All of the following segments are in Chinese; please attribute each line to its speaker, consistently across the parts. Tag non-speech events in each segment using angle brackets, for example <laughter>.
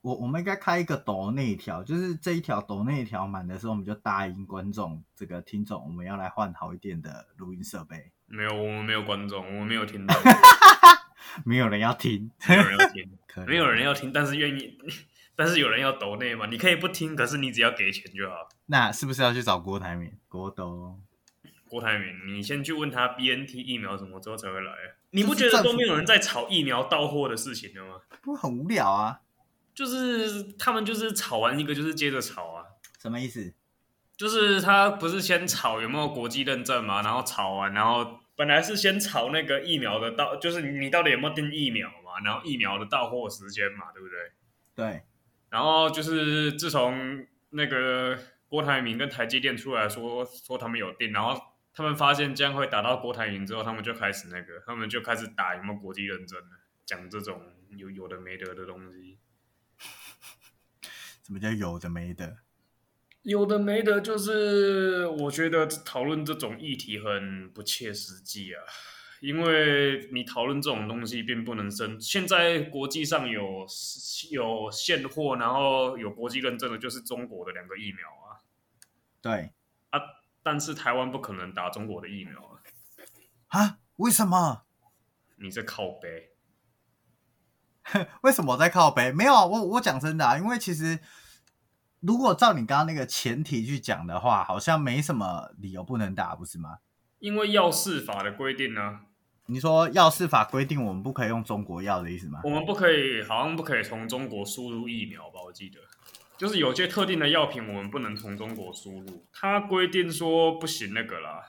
Speaker 1: 我我们应该开一个抖那一条，就是这一条抖那一条满的时候，我们就答应观众这个听众，我们要来换好一点的录音设备。
Speaker 2: 没有，我们没有观众，我们没有听到， <laughs>
Speaker 1: 没有人要听，
Speaker 2: 没有人要听，
Speaker 1: 可能
Speaker 2: 没有人要听，但是愿意， <laughs> 但是有人要抖内嘛？你可以不听，可是你只要给钱就好。
Speaker 1: 那是不是要去找郭台铭、郭董？
Speaker 2: 郭台铭，你先去问他 BNT 疫苗什么之后才会来。啊你不
Speaker 1: 这
Speaker 2: 觉
Speaker 1: 是
Speaker 2: 得
Speaker 1: 政府
Speaker 2: 都没有人在炒疫苗到货的事情了吗？
Speaker 1: 不过很无聊啊？
Speaker 2: 就是他们就是炒完一个就是接着炒啊，
Speaker 1: 什么意思？
Speaker 2: 就是他不是先炒有没有国际认证嘛，然后炒完，然后本来是先炒那个疫苗的到，就是你到底有没有订疫苗嘛，然后疫苗的到货时间嘛，对不对？
Speaker 1: 对，
Speaker 2: 然后就是自从那个郭台铭跟台积电出来说说他们有订，然后他们发现这样会打到郭台铭之后，他们就开始那个，他们就开始打有没有国际认证了，讲这种有有的没得的东西。
Speaker 1: 什么叫有的没的？
Speaker 2: 有的没的，就是我觉得讨论这种议题很不切实际啊，因为你讨论这种东西并不能生。现在国际上有有现货，然后有国际认证的，就是中国的两个疫苗啊，
Speaker 1: 对
Speaker 2: 但是台湾不可能打中国的疫苗啊，
Speaker 1: 啊？为什么？
Speaker 2: 你这靠背。
Speaker 1: 为什么我在靠北？没有啊，我我讲真的啊，因为其实如果照你刚刚那个前提去讲的话，好像没什么理由不能打，不是吗？
Speaker 2: 因为药事法的规定呢、
Speaker 1: 你说药事法规定我们不可以用中国药的意思吗
Speaker 2: 我？们不可以，好像不可以从中国输入疫苗吧？我记得，就是有些特定的药品，我们不能从中国输入。它规定说不行那个啦，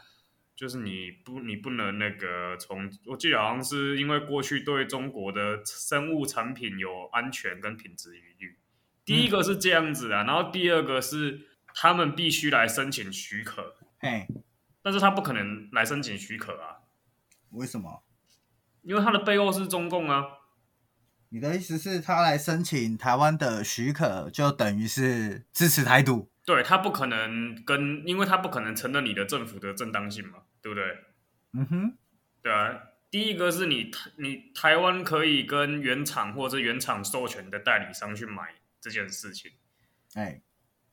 Speaker 2: 就是你不你不能那个从，我记得好像是因为过去对中国的生物产品有安全跟品质疑虑。第一个是这样子啊，然后第二个是他们必须来申请许可，
Speaker 1: 嘿，
Speaker 2: 但是他不可能来申请许可啊，
Speaker 1: 为什么？
Speaker 2: 因为他的背后是中共啊。
Speaker 1: 你的意思是，他来申请台湾的许可，就等于是支持台独？
Speaker 2: 对他不可能跟，因为他不可能承认你的政府的正当性嘛，对不对？
Speaker 1: 嗯哼，
Speaker 2: 对啊，第一个是你你台湾可以跟原厂或者是原厂授权的代理商去买这件事情，
Speaker 1: 哎，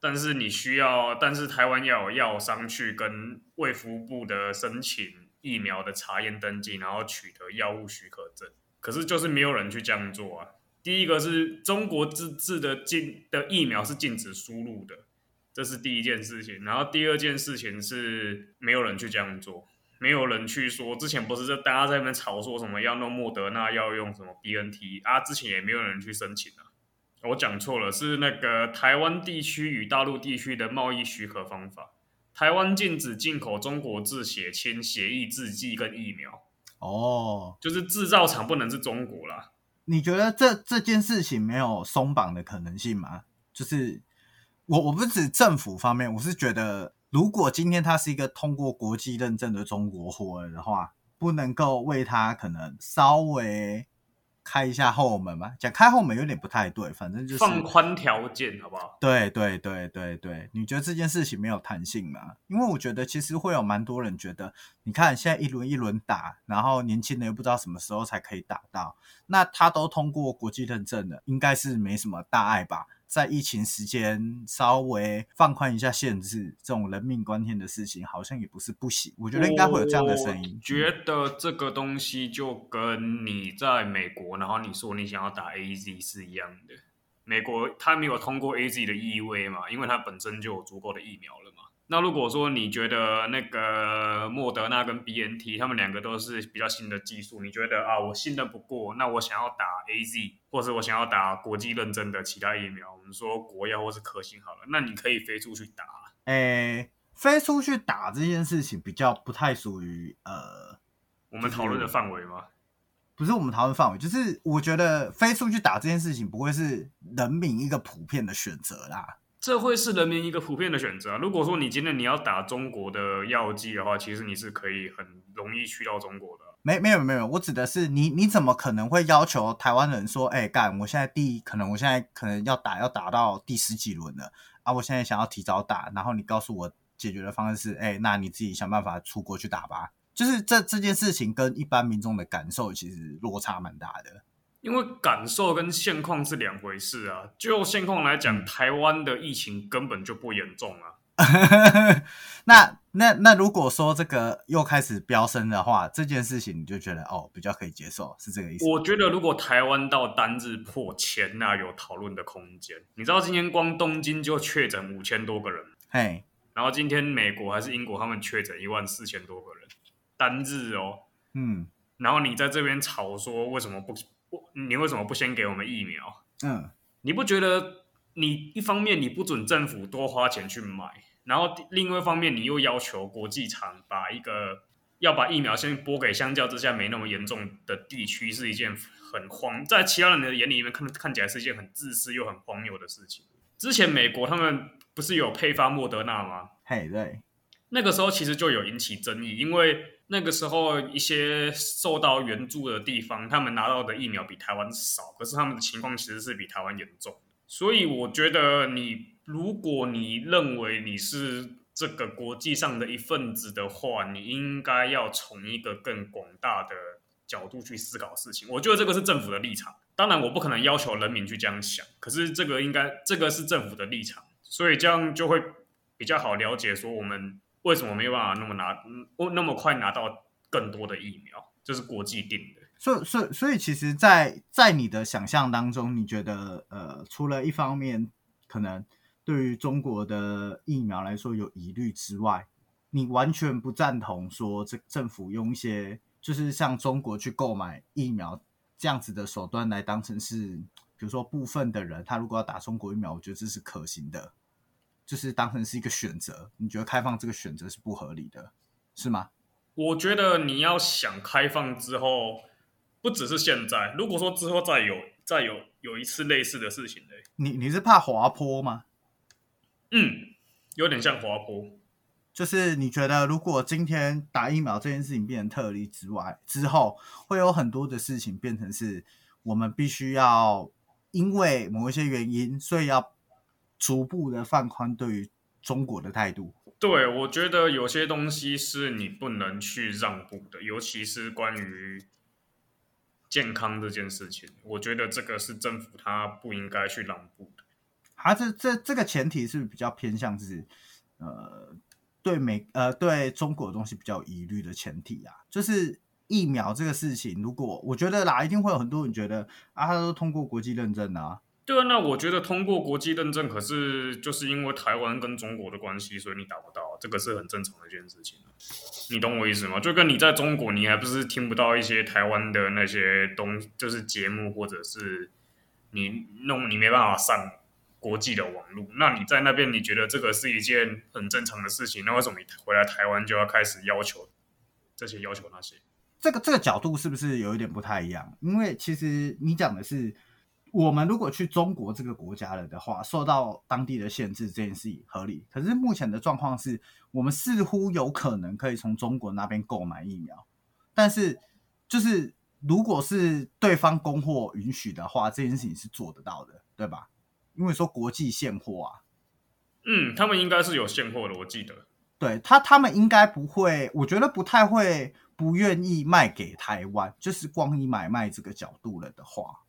Speaker 2: 但是你需要，但是台湾要有药商去跟卫福部的申请疫苗的查验登记，然后取得药物许可证。可是就是没有人去这样做啊。第一个是中国自制的禁的疫苗是禁止输入的，这是第一件事情。然后第二件事情是没有人去这样做，没有人去说。之前不是在大家在那边吵说什么要弄莫德纳，要用什么 BNT 啊，之前也没有人去申请啊。我讲错了，是那个台湾地区与大陆地区的贸易许可方法。台湾禁止进口中国制血清、血液制剂跟疫苗，
Speaker 1: 哦，
Speaker 2: 就是制造厂不能是中国啦。
Speaker 1: 你觉得这这件事情没有松绑的可能性吗？就是我我不是指政府方面，我是觉得，如果今天它是一个通过国际认证的中国货的话，不能够为它可能稍微开一下后门吧？讲开后门有点不太对，反正就是
Speaker 2: 放宽条件好不好？
Speaker 1: 对对对对对，你觉得这件事情没有弹性吗？因为我觉得其实会有蛮多人觉得，你看现在一轮一轮打，然后年轻人又不知道什么时候才可以打到，那他都通过国际认证了，应该是没什么大碍吧？在疫情时间稍微放宽一下限制，这种人命关天的事情好像也不是不行。我觉得应该会有这样的声音
Speaker 2: 我。觉得这个东西就跟你在美国，然后你说你想要打 AZ 是一样的。美国它没有通过 AZ 的 EUA 嘛，因为它本身就有足够的疫苗了嘛。那如果说你觉得那个莫德纳跟 BNT 他们两个都是比较新的技术，你觉得啊我信任不过，那我想要打 AZ 或者我想要打国际认证的其他疫苗，我们说国药或是科兴好了，那你可以飞出去打啊。
Speaker 1: 诶，飞出去打这件事情比较不太属于呃
Speaker 2: 我们讨论的范围吗？
Speaker 1: 不是我们讨论范围，就是我觉得飞出去打这件事情不会是人民一个普遍的选择啦。
Speaker 2: 这会是人民一个普遍的选择啊、如果说你今天你要打中国的药剂的话，其实你是可以很容易去到中国的啊。
Speaker 1: 没没有没有，我指的是你你怎么可能会要求台湾人说，哎、干，我现在第可能我现在可能要打要打到第十几轮了啊，我现在想要提早打，然后你告诉我解决的方式是，哎、那你自己想办法出国去打吧。就是这这件事情跟一般民众的感受其实落差蛮大的。
Speaker 2: 因为感受跟现况是两回事啊。就现况来讲，台湾的疫情根本就不严重啊。
Speaker 1: <laughs> 那那那如果说这个又开始飙升的话，这件事情你就觉得哦比较可以接受，是这个意思吗？
Speaker 2: 我觉得如果台湾到单日破千，那有讨论的空间。你知道今天光东京就确诊五千多个人，
Speaker 1: 嘿，
Speaker 2: 然后今天美国还是英国他们确诊一万四千多个人单日哦。
Speaker 1: 嗯
Speaker 2: 然后你在这边吵说为什么不不你为什么不先给我们疫苗？
Speaker 1: 嗯
Speaker 2: 你不觉得你一方面你不准政府多花钱去买，然后另外一方面你又要求国际厂把一个要把疫苗先拨给相较之下没那么严重的地区，是一件很荒在其他人的眼里面看看起来是一件很自私又很荒谬的事情。之前美国他们不是有配发莫德纳吗？
Speaker 1: 嘿对，
Speaker 2: 那个时候其实就有引起争议，因为那个时候一些受到援助的地方，他们拿到的疫苗比台湾少，可是他们的情况其实是比台湾严重。所以我觉得你，如果你认为你是这个国际上的一份子的话，你应该要从一个更广大的角度去思考事情。我觉得这个是政府的立场。当然，我不可能要求人民去这样想，可是这个应该，这个是政府的立场，所以这样就会比较好了解说我们为什么没有办法那么拿，嗯那么快拿到更多的疫苗，这是国际定的。
Speaker 1: 所以所以所以其实在，在你的想象当中，你觉得呃，除了一方面可能对于中国的疫苗来说有疑虑之外，你完全不赞同说这政府用一些就是像中国去购买疫苗这样子的手段来当成是，比如说部分的人他如果要打中国疫苗，我觉得这是可行的，就是当成是一个选择。你觉得开放这个选择是不合理的，是吗？
Speaker 2: 我觉得你要想开放之后，不只是现在，如果说之后再有再有有一次类似的事情呢，
Speaker 1: 你你是怕滑坡吗？
Speaker 2: 嗯，有点像滑坡。
Speaker 1: 就是你觉得，如果今天打疫苗这件事情变成特例之外之后，会有很多的事情变成是我们必须要因为某一些原因，所以要逐步的放宽对于中国的态度。
Speaker 2: 对，我觉得有些东西是你不能去让步的，尤其是关于健康这件事情，我觉得这个是政府他不应该去让步的。
Speaker 1: 啊，这这这个前提是比较偏向是，呃，对美呃对中国的东西比较有疑虑的前提啊，就是疫苗这个事情，如果我觉得啦，一定会有很多人觉得啊，它都通过国际认证啊，
Speaker 2: 对啊，那我觉得通过国际认证，可是就是因为台湾跟中国的关系，所以你打不到，啊这个是很正常的一件事情啊。你懂我意思吗？就跟你在中国，你还不是听不到一些台湾的那些东，就是节目，或者是你弄你没办法上国际的网络。那你在那边，你觉得这个是一件很正常的事情，那为什么你回来台湾就要开始要求这些要求那些？
Speaker 1: 这个这个角度是不是有一点不太一样？因为其实你讲的是，我们如果去中国这个国家了的话，受到当地的限制这件事情合理。可是目前的状况是，我们似乎有可能可以从中国那边购买疫苗，但是就是如果是对方供货允许的话，这件事情是做得到的，对吧？因为说国际现货啊，
Speaker 2: 嗯，他们应该是有现货的，我记得。
Speaker 1: 对他，他们应该不会，我觉得不太会不愿意卖给台湾，就是光以买卖这个角度了的话，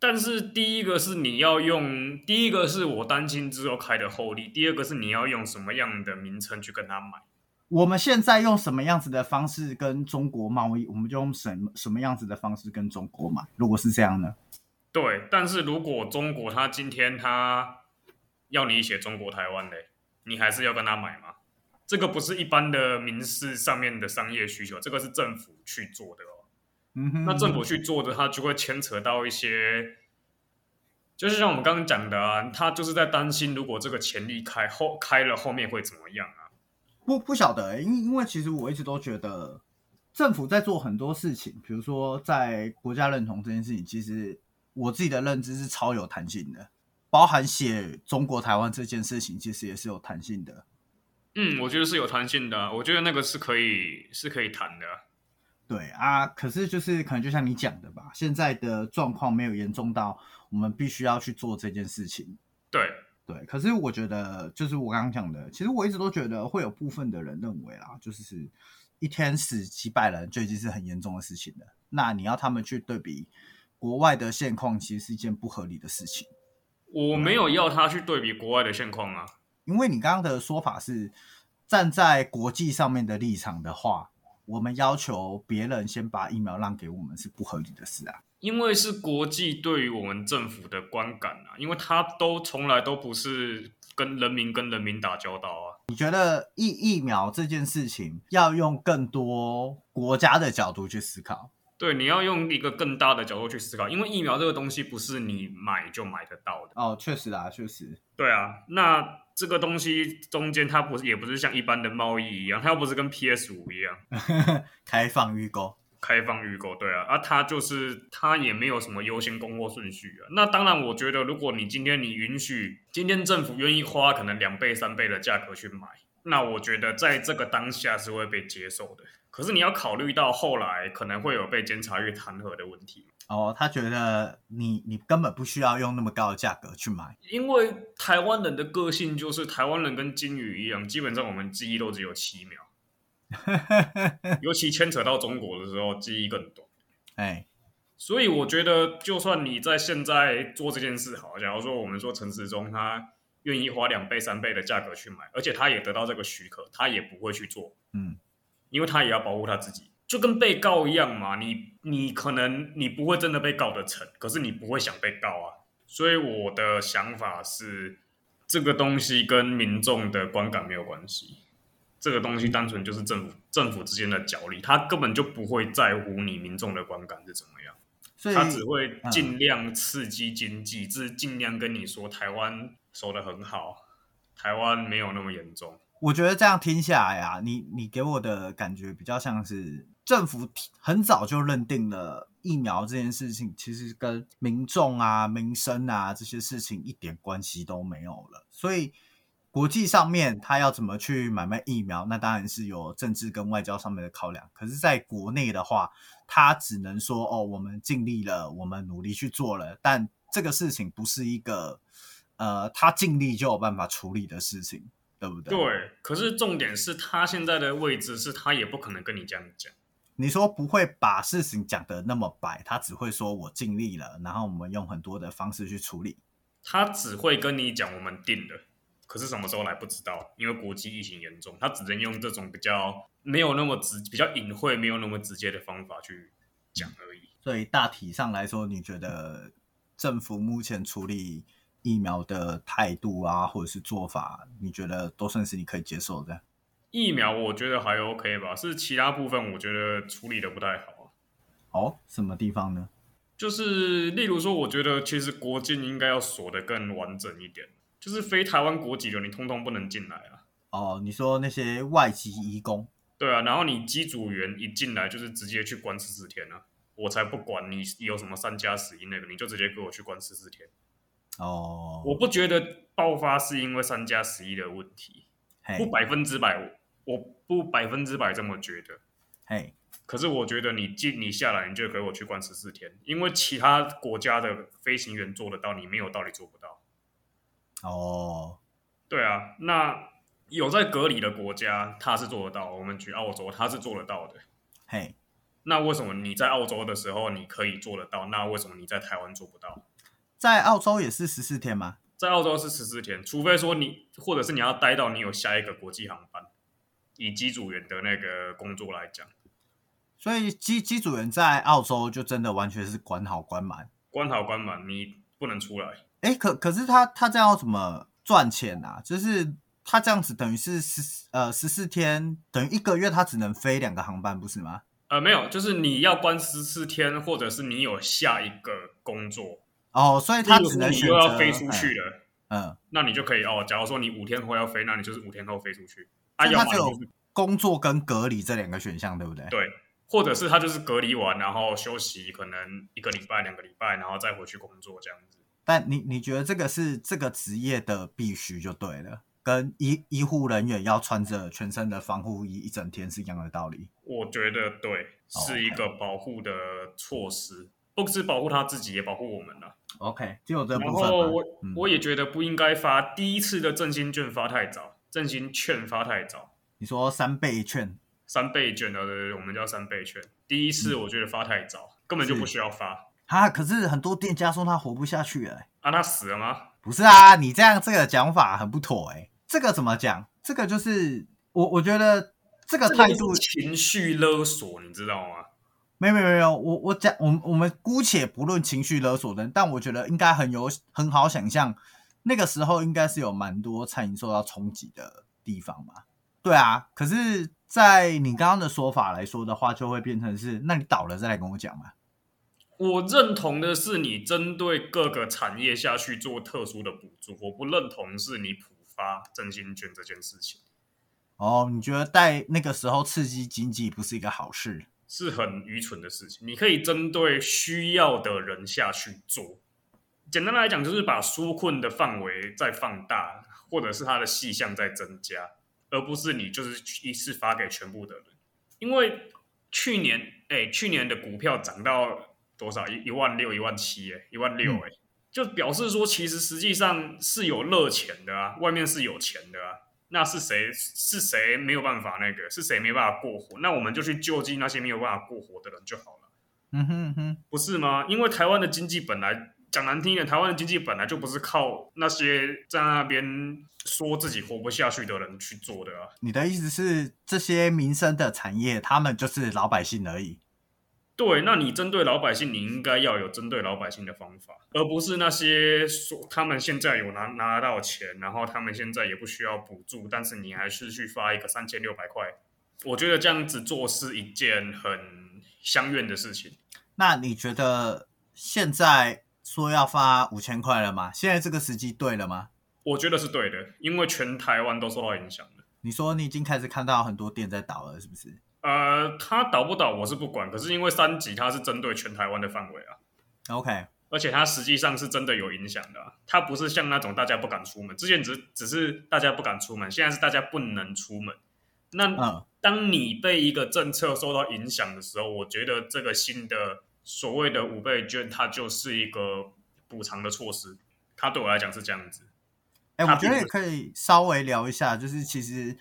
Speaker 2: 但是第一个是你要用，第一个是我担心之后开的后力，第二个是你要用什么样的名称去跟他买。
Speaker 1: 我们现在用什么样子的方式跟中国贸易，我们就用什么什么样子的方式跟中国买。如果是这样呢？
Speaker 2: 对，但是如果中国他今天他要你写中国台湾嘞，你还是要跟他买吗？这个不是一般的民事上面的商业需求，这个是政府去做的哦。
Speaker 1: 嗯哼，
Speaker 2: 那政府去做的，它就会牵扯到一些，就是像我们刚刚讲的啊，他就是在担心，如果这个潜力开后开了，后面会怎么样啊？
Speaker 1: 不不晓得、欸，因因为其实我一直都觉得政府在做很多事情，比如说在国家认同这件事情，其实我自己的认知是超有弹性的，包含写中国台湾这件事情，其实也是有弹性的。
Speaker 2: 嗯，我觉得是有弹性的啊，我觉得那个是可以是可以谈的啊。
Speaker 1: 对啊，可是就是可能就像你讲的吧，现在的状况没有严重到我们必须要去做这件事情。
Speaker 2: 对，
Speaker 1: 对，可是我觉得就是我刚刚讲的，其实我一直都觉得会有部分的人认为啦，就是一天死几百人就已经是很严重的事情了。那你要他们去对比国外的现况其实是一件不合理的事情。
Speaker 2: 我没有要他去对比国外的现况啊。
Speaker 1: 因为你刚刚的说法是站在国际上面的立场的话，我们要求别人先把疫苗让给我们是不合理的事啊。
Speaker 2: 因为是国际对于我们政府的观感啊，因为他都从来都不是跟人民跟人民打交道啊。
Speaker 1: 你觉得疫疫苗这件事情要用更多国家的角度去思考？
Speaker 2: 对，你要用一个更大的角度去思考，因为疫苗这个东西不是你买就买得到的。
Speaker 1: 哦，确实啊，确实， <laughs>
Speaker 2: 对啊，那这个东西中间它不是也不是像一般的贸易一样，它又不是跟 PS 五一样
Speaker 1: 开放预购。
Speaker 2: 开放预购，对啊，啊，它就是它也没有什么优先供货顺序啊。那当然，我觉得如果你今天你允许，今天政府愿意花可能两倍三倍的价格去买，那我觉得在这个当下是会被接受的。可是你要考虑到后来可能会有被监察院弹劾的问题，
Speaker 1: 哦，他觉得你你根本不需要用那么高的价格去买。
Speaker 2: 因为台湾人的个性就是台湾人跟金鱼一样，基本上我们记忆都只有七秒，尤其牵扯到中国的时候，记忆更短。
Speaker 1: 哎，
Speaker 2: 所以我觉得，就算你在现在做这件事好，假如说我们说陈时中他愿意花两倍、三倍的价格去买，而且他也得到这个许可，他也不会去做，
Speaker 1: 嗯，
Speaker 2: 因为他也要保护他自己，就跟被告一样嘛。你你可能你不会真的被告得成，可是你不会想被告啊。所以我的想法是，这个东西跟民众的观感没有关系，这个东西单纯就是政府政府之间的角力，他根本就不会在乎你民众的观感是怎么样。
Speaker 1: 所以
Speaker 2: 他只会尽量刺激经济，至尽量跟你说台湾守得很好，台湾没有那么严重。
Speaker 1: 我觉得这样听下来啊，你你给我的感觉比较像是政府提很早就认定了疫苗这件事情，其实跟民众啊、民生啊这些事情一点关系都没有了。所以国际上面他要怎么去买卖疫苗，那当然是有政治跟外交上面的考量。可是，在国内的话，他只能说哦，我们尽力了，我们努力去做了，但这个事情不是一个呃，他尽力就有办法处理的事情，对不对？
Speaker 2: 对，可是重点是他现在的位置是他也不可能跟你这样讲。
Speaker 1: 你说不会把事情讲得那么白，他只会说我尽力了，然后我们用很多的方式去处理。
Speaker 2: 他只会跟你讲我们定了，可是什么时候来不知道，因为国际疫情严重，他只能用这种比较没有那么直、比较隐晦、没有那么直接的方法去讲而已。
Speaker 1: 所以大体上来说，你觉得政府目前处理疫苗的态度啊，或者是做法，你觉得都算是你可以接受的？
Speaker 2: 疫苗我觉得还 OK 吧，是其他部分我觉得处理的不太好。啊
Speaker 1: 哦，什么地方呢？
Speaker 2: 就是例如说，我觉得其实国境应该要锁得更完整一点，就是非台湾国籍的你通通不能进来啊。
Speaker 1: 哦，你说那些外籍移工，
Speaker 2: 对啊，然后你机组员一进来就是直接去关十四天啊，我才不管你有什么三加十一那个，你就直接给我去关十四天。
Speaker 1: 哦，
Speaker 2: 我不觉得爆发是因为三加十一的问题，不
Speaker 1: 嘿，
Speaker 2: 百分之百，我不百分之百这么觉得。
Speaker 1: 嘿，
Speaker 2: 可是我觉得你进你下来，你就给我去关十四天，因为其他国家的飞行员做得到，你没有道理做不到。
Speaker 1: 哦，
Speaker 2: 对啊，那有在隔离的国家，他是做得到。我们举澳洲，他是做得到的。
Speaker 1: 嘿，
Speaker 2: 那为什么你在澳洲的时候你可以做得到？那为什么你在台湾做不到？
Speaker 1: 在澳洲也是十四天吗？
Speaker 2: 在澳洲是十四天，除非说你，或者是你要待到你有下一个国际航班，以机组员的那个工作来讲，
Speaker 1: 所以机机组员在澳洲就真的完全是管好管满。
Speaker 2: 关好关满，你不能出来。
Speaker 1: 哎，可可是他他这样要怎么赚钱啊？就是他这样子等于是十呃十四天，等于一个月他只能飞两个航班，不是吗？
Speaker 2: 呃，没有，就是你要关十四天，或者是你有下一个工作，
Speaker 1: 哦，所以他
Speaker 2: 例如
Speaker 1: 只能
Speaker 2: 你
Speaker 1: 选
Speaker 2: 又
Speaker 1: 择
Speaker 2: 要飞出去了。
Speaker 1: 嗯，嗯，
Speaker 2: 那你就可以哦。假如说你五天后要飞，那你就是五天后飞出去。啊，
Speaker 1: 就
Speaker 2: 要
Speaker 1: 他
Speaker 2: 么
Speaker 1: 只有
Speaker 2: 你就是
Speaker 1: 工作跟隔离这两个选项，对不对？
Speaker 2: 对，或者是他就是隔离完，然后休息可能一个礼拜、两个礼拜，然后再回去工作这样子。
Speaker 1: 但你你觉得这个是这个职业的必须就对了，跟医医护人员要穿着全身的防护衣一整天是一样的道理。
Speaker 2: 我觉得对，是一
Speaker 1: 哦
Speaker 2: 个保护的措施，不只保护他自己，也保护我们了。
Speaker 1: OK，只有这
Speaker 2: 然
Speaker 1: 部分
Speaker 2: 后
Speaker 1: 吗？
Speaker 2: 我、
Speaker 1: 嗯
Speaker 2: 我也觉得不应该发第一次的振兴券发太早，振兴券发太早，
Speaker 1: 你说三倍券嗯
Speaker 2: 三倍券的，对对对我们叫三倍券。第一次我觉得发太早，根本就不需要发。
Speaker 1: 啊，可是很多店家说他活不下去了欸、
Speaker 2: 啊，他死了吗？
Speaker 1: 不是啊，你这样这个讲法很不妥哎、这个怎么讲？这个就是我我觉得这个态度
Speaker 2: 这个是情绪勒索，你知道吗？
Speaker 1: 没有没有没有，我我讲，我们我们姑且不论情绪勒索的，但我觉得应该很有很好想象，那个时候应该是有蛮多餐饮受到冲击的地方嘛。对啊，可是，在你刚刚的说法来说的话，就会变成是，那你倒了再来跟我讲嘛。
Speaker 2: 我认同的是你针对各个产业下去做特殊的补助，我不认同是你普发振兴券这件事情
Speaker 1: 哦，你觉得在那个时候刺激经济不是一个好事？
Speaker 2: 是很愚蠢的事情。你可以针对需要的人下去做，简单来讲就是把纾困的范围再放大，或者是它的细项再增加，而不是你就是一次发给全部的人。因为去年，哎、去年的股票涨到多少？一一万六、一万七，哎，一万六，哎，就表示说，其实实际上是有热钱的啊，外面是有钱的啊。那是谁？是谁没有办法那个？是谁没办法过活？那我们就去救济那些没有办法过活的人就好了，
Speaker 1: 嗯哼嗯哼，
Speaker 2: 不是吗？因为台湾的经济本来讲难听一点，台湾的经济本来就不是靠那些在那边说自己活不下去的人去做的啊。
Speaker 1: 你的意思是这些民生的产业，他们就是老百姓而已。
Speaker 2: 对，那你针对老百姓，你应该要有针对老百姓的方法，而不是那些说他们现在有拿拿到钱，然后他们现在也不需要补助，但是你还是去发一个三千六百块，我觉得这样子做是一件很相怨的事情。
Speaker 1: 那你觉得现在说要发五千块了吗？现在这个时机对了吗？
Speaker 2: 我觉得是对的，因为全台湾都受到影响的。
Speaker 1: 你说你已经开始看到很多店在倒了，是不是？
Speaker 2: 呃，他倒不倒我是不管，可是因为三级它是针对全台湾的范围啊，
Speaker 1: OK，
Speaker 2: 而且它实际上是真的有影响的啊、它不是像那种大家不敢出门，之前只只是大家不敢出门，现在是大家不能出门。那
Speaker 1: 嗯，
Speaker 2: 当你被一个政策受到影响的时候，我觉得这个新的所谓的五倍券，它就是一个补偿的措施。它对我来讲是这样子。
Speaker 1: 哎、
Speaker 2: 它
Speaker 1: 我觉得
Speaker 2: 并
Speaker 1: 也
Speaker 2: 不
Speaker 1: 可以稍微聊一下，就是其实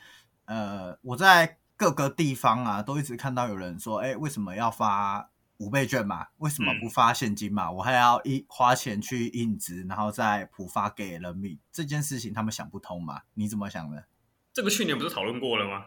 Speaker 1: 呃，我在各个地方啊，都一直看到有人说，哎、为什么要发五倍券嘛？为什么
Speaker 2: 嗯
Speaker 1: 不发现金嘛？我还要一花钱去印资，然后再普发给人民，这件事情他们想不通嘛？你怎么想的？
Speaker 2: 这个去年不是讨论过了吗？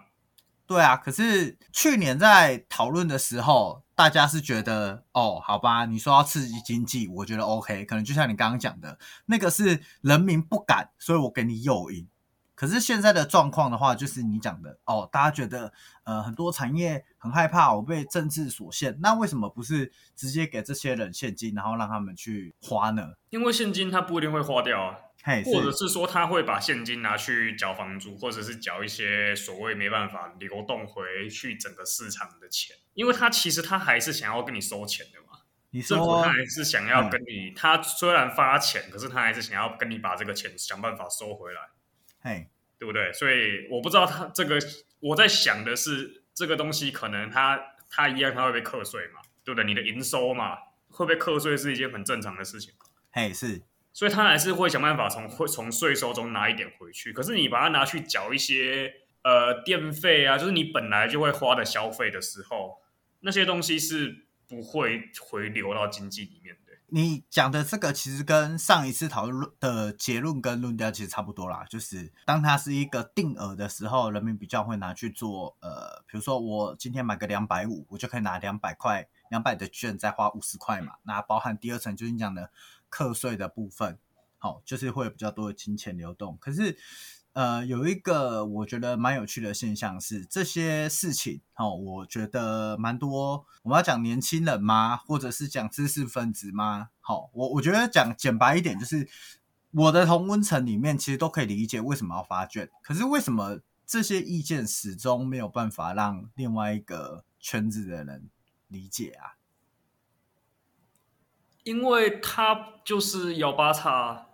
Speaker 1: 对啊，可是去年在讨论的时候，大家是觉得哦，好吧，你说要刺激经济，我觉得 OK，可能就像你刚刚讲的，那个是人民不敢，所以我给你诱因。可是现在的状况的话，就是你讲的哦，大家觉得呃很多产业很害怕我被政治所限，那为什么不是直接给这些人现金，然后让他们去花呢？
Speaker 2: 因为现金它不一定会花掉啊，
Speaker 1: 嘿，
Speaker 2: 或者
Speaker 1: 是
Speaker 2: 是说他会把现金拿去缴房租，或者是缴一些所谓没办法流动回去整个市场的钱，因为他其实他还是想要跟你收钱的嘛，
Speaker 1: 你
Speaker 2: 政府
Speaker 1: 说
Speaker 2: 他还是想要跟你，他虽然发钱，可是他还是想要跟你把这个钱想办法收回来，
Speaker 1: 嘿，
Speaker 2: 对不对？所以我不知道他这个，我在想的是这个东西可能他他一样他会被课税嘛，对不对？你的营收嘛会被课税是一件很正常的事情。
Speaker 1: 嘿是
Speaker 2: 所以他还是会想办法从会从税收中拿一点回去。可是你把它拿去缴一些呃电费啊，就是你本来就会花的消费的时候，那些东西是不会回流到经济里面的。
Speaker 1: 你讲的这个其实跟上一次讨论的结论跟论调其实差不多啦，就是当它是一个定额的时候，人民比较会拿去做，呃，比如说我今天买个两百五，我就可以拿两百块两百的券再花五十块嘛，那包含第二层就是你讲的课税的部分，好、就是会有比较多的金钱流动。可是，呃，有一个我觉得蛮有趣的现象是，这些事情，哦，我觉得蛮多。我们要讲年轻人吗？或者是讲知识分子吗？好、我我觉得讲简白一点，就是我的同温层里面，其实都可以理解为什么要发卷，可是为什么这些意见始终没有办法让另外一个圈子的人理解啊？
Speaker 2: 因为他就是幺八叉，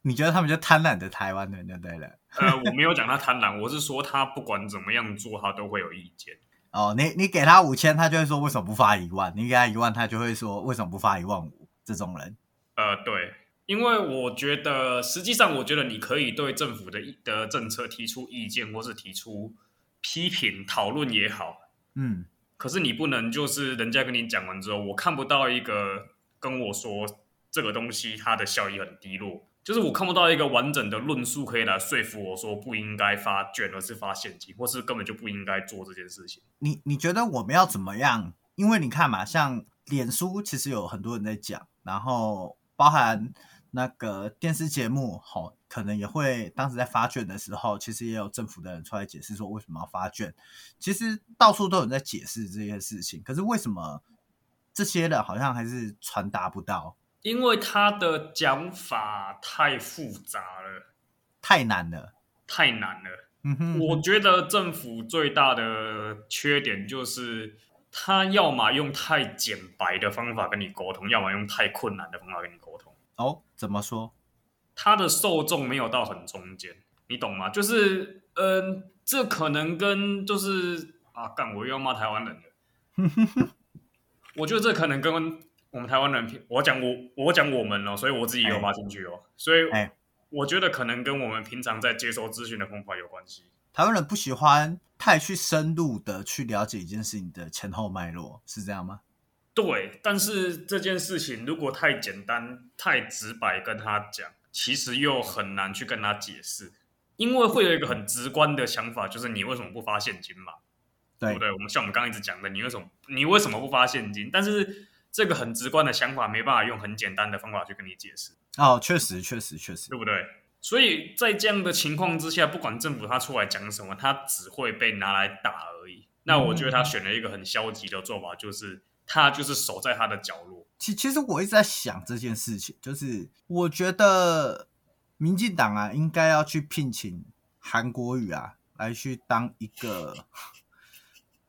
Speaker 1: 你觉得他们就贪婪的台湾人就对了。
Speaker 2: 呃，我没有讲他贪婪，我是说他不管怎么样做，他都会有意见。
Speaker 1: 哦，你你给他五千，他就会说为什么不发一万？你给他一万，他就会说为什么不发一万五？这种人，
Speaker 2: 呃，对，因为我觉得，实际上我觉得你可以对政府的意的政策提出意见，或是提出批评、讨论也好，
Speaker 1: 嗯，
Speaker 2: 可是你不能就是人家跟你讲完之后，我看不到一个跟我说这个东西它的效益很低落，就是我看不到一个完整的论述可以来说服我说不应该发券而是发现金，或是根本就不应该做这件事情。
Speaker 1: 你你觉得我们要怎么样？因为你看嘛，像脸书其实有很多人在讲，然后包含那个电视节目，好、可能也会当时在发券的时候，其实也有政府的人出来解释说为什么要发券。其实到处都有人在解释这些事情，可是为什么这些人好像还是传达不到？
Speaker 2: 因为他的讲法太复杂了，
Speaker 1: 太难了。
Speaker 2: 太难了。
Speaker 1: 嗯哼，
Speaker 2: 我觉得政府最大的缺点就是，他要么用太简白的方法跟你沟通，要么用太困难的方法跟你沟通。
Speaker 1: 哦，怎么说？
Speaker 2: 他的受众没有到很中间，你懂吗？就是，嗯、这可能跟就是啊，干，我又要骂台湾人了。我觉得这可能跟我们台湾人平，我讲我我讲我们哦，所以我自己也有骂进去哦，所以
Speaker 1: 哎
Speaker 2: 我觉得可能跟我们平常在接收资讯的方法有关系。
Speaker 1: 台湾人不喜欢太去深入的去了解一件事情的前后脉络，是这样吗？
Speaker 2: 对，但是这件事情如果太简单、太直白跟他讲，其实又很难去跟他解释，因为会有一个很直观的想法，就是你为什么不发现金嘛？对
Speaker 1: 对
Speaker 2: 不，对？我们像我们刚刚一直讲的，你为什么你为什么不发现金？但是这个很直观的想法没办法用很简单的方法去跟你解释，
Speaker 1: 哦，确实，确实，确实
Speaker 2: 对，不对？所以在这样的情况之下，不管政府他出来讲什么，他只会被拿来打而已。那我觉得他选了一个很消极的做法，就是他就是守在他的角落。
Speaker 1: 其其实我一直在想这件事情，就是我觉得民进党啊，应该要去聘请韩国语啊，来去当一个 <laughs>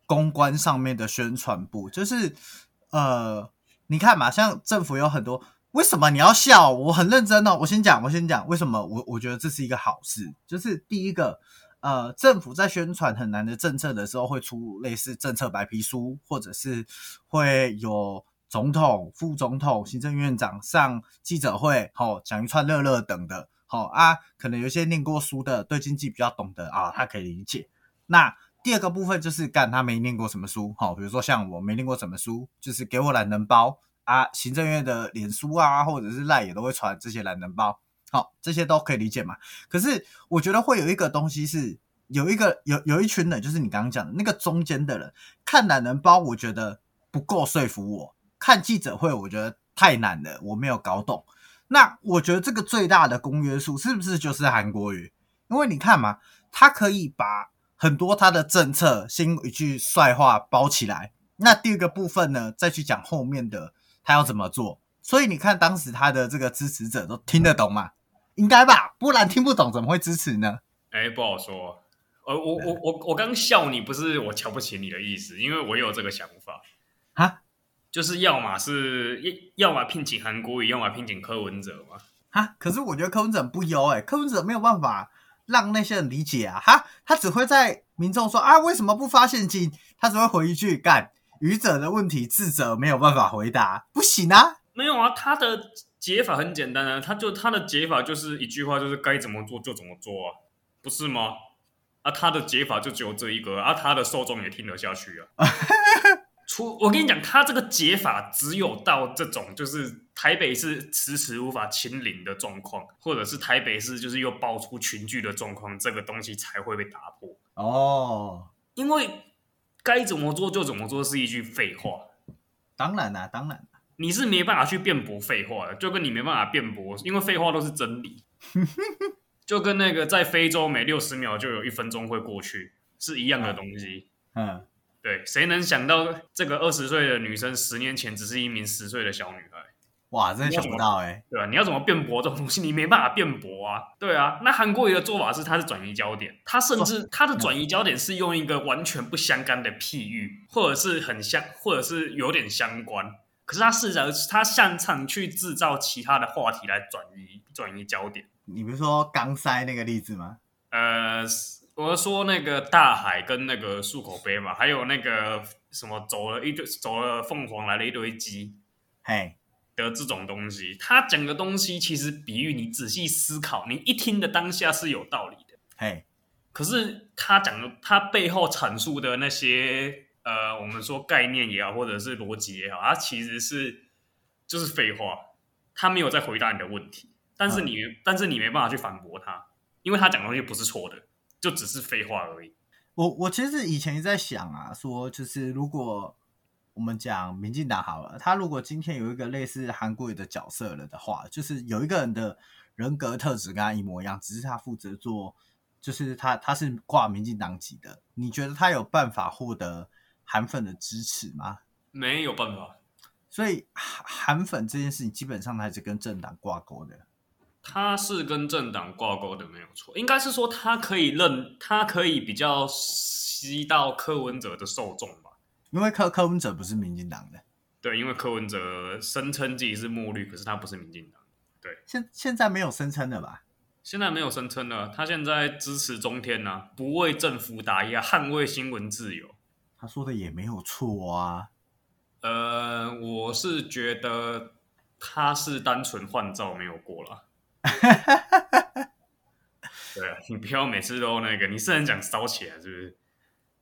Speaker 1: 公关上面的宣传部，就是呃，你看嘛，像政府有很多。为什么你要笑？我很认真哦。我先讲，我先讲，为什么我我觉得这是一个好事，就是第一个，呃，政府在宣传很难的政策的时候，会出类似政策白皮书，或者是会有总统、副总统、行政院长上记者会，吼、讲一串乐乐等的，好、啊，可能有一些念过书的，对经济比较懂得啊，他可以理解。那第二个部分就是干他没念过什么书，好、比如说像我没念过什么书，就是给我懒人包啊，行政院的脸书啊，或者是赖也都会传这些懒人包，好、这些都可以理解嘛。可是我觉得会有一个东西是有一个有有一群人，就是你刚刚讲的那个中间的人，看懒人包，我觉得不够说服我；看记者会，我觉得太难了，我没有搞懂。那我觉得这个最大的公约数是不是就是韩国瑜？因为你看嘛，他可以把很多他的政策先一句帅话包起来，那第二个部分呢，再去讲后面的他要怎么做。所以你看，当时他的这个支持者都听得懂嘛？应该吧，不然听不懂怎么会支持呢？
Speaker 2: 哎，不好说。呃，我我我我刚笑你，不是我瞧不起你的意思，因为我也有这个想法，
Speaker 1: 哈
Speaker 2: 就是要么是要要么聘请韩国瑜，要么聘请柯文哲嘛。
Speaker 1: 哈，可是我觉得柯文哲很不优哎、柯文哲没有办法让那些人理解啊，哈，他只会在民众说啊为什么不发现金，他只会回一句干愚者的问题，智者没有办法回答，不行啊，
Speaker 2: 没有啊，他的解法很简单啊，他就他的解法就是一句话，就是该怎么做就怎么做啊，不是吗？啊，他的解法就只有这一个啊，啊他的受众也听得下去啊。出，我跟你讲，他这个解法只有到这种，就是台北市迟迟无法清零的状况，或者是台北市就是又爆出群聚的状况，这个东西才会被打破。
Speaker 1: 哦，
Speaker 2: 因为该怎么做就怎么做是一句废话，
Speaker 1: 当然啦、当然啦、
Speaker 2: 你是没办法去辩驳废话的，就跟你没办法辩驳，因为废话都是真理，就跟那个在非洲每六十秒就有一分钟会过去是一样的东西。
Speaker 1: 嗯，
Speaker 2: 对，谁能想到这个二十岁的女生十年前只是一名十岁的小女孩，
Speaker 1: 哇，真的想不到哎、
Speaker 2: 对吧、你要怎么辩驳这种东西？你没办法辩驳啊，对啊。那韩国瑜的做法是，他是转移焦点，他甚至他的转移焦点是用一个完全不相干的譬喻，或者是很相，或者是有点相关。可是他试着他擅长去制造其他的话题来转移转移焦点。
Speaker 1: 你不是说钢塞那个例子吗？
Speaker 2: 呃，我说那个大海跟那个漱口杯嘛，还有那个什么走了一堆走了凤凰来了一堆鸡，
Speaker 1: 嘿，
Speaker 2: 的这种东西，他讲的东西其实比喻你仔细思考，你一听的当下是有道理的。
Speaker 1: 嘿，
Speaker 2: 可是他讲的，他背后阐述的那些呃，我们说概念也好，或者是逻辑也好，它其实是就是废话，他没有在回答你的问题，但是你、但是你没办法去反驳他，因为他讲的东西不是错的，就只是废话而已。
Speaker 1: 我我其实以前也在想啊，说就是如果我们讲民进党好了，他如果今天有一个类似韩国瑜的角色了的话，就是有一个人的人格特质跟他一模一样，只是他负责做，就是他他是挂民进党籍的，你觉得他有办法获得韩粉的支持吗？
Speaker 2: 没有办法，
Speaker 1: 所以韩韩粉这件事情基本上还是跟政党挂钩的。
Speaker 2: 他是跟政党挂钩的，没有错。应该是说他可以认，他可以比较吸到柯文哲的受众吧。
Speaker 1: 因为柯柯文哲不是民进党的，
Speaker 2: 对，因为柯文哲声称自己是墨绿，可是他不是民进党。
Speaker 1: 现现在没有声称的吧？
Speaker 2: 现在没有声称了，他现在支持中天呐、不为政府打压，捍卫新闻自由。
Speaker 1: 他说的也没有错啊。
Speaker 2: 呃，我是觉得他是单纯换照没有过啦。对啊，你不要每次都那个，你是很想烧起来是不是？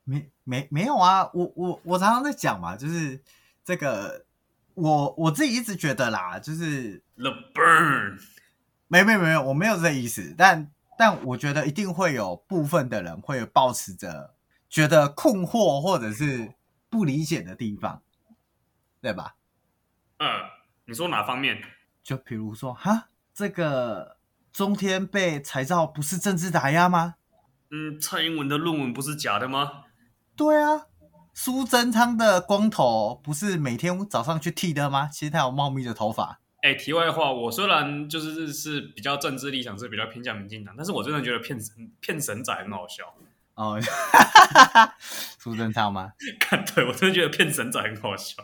Speaker 1: 没没没有啊，我我我常常在讲嘛，就是这个我我自己一直觉得啦，就是
Speaker 2: The burn，
Speaker 1: 没没没有，我没有这意思，但但我觉得一定会有部分的人会保持着觉得困惑或者是不理解的地方，对吧？
Speaker 2: 呃，你说哪方面？
Speaker 1: 就比如说哈，这个中天被裁照不是政治打压吗？
Speaker 2: 嗯，蔡英文的论文不是假的吗？
Speaker 1: 对啊，苏贞昌的光头不是每天早上去剃的吗？其实他有茂密的头发。
Speaker 2: 哎，题外话，我虽然就是是比较政治立场是比较偏向民进党，但是我真的觉得骗神骗神仔很好笑。 <laughs>
Speaker 1: 哦， <laughs> 苏贞昌吗？
Speaker 2: 看，对我真的觉得骗神仔很好笑。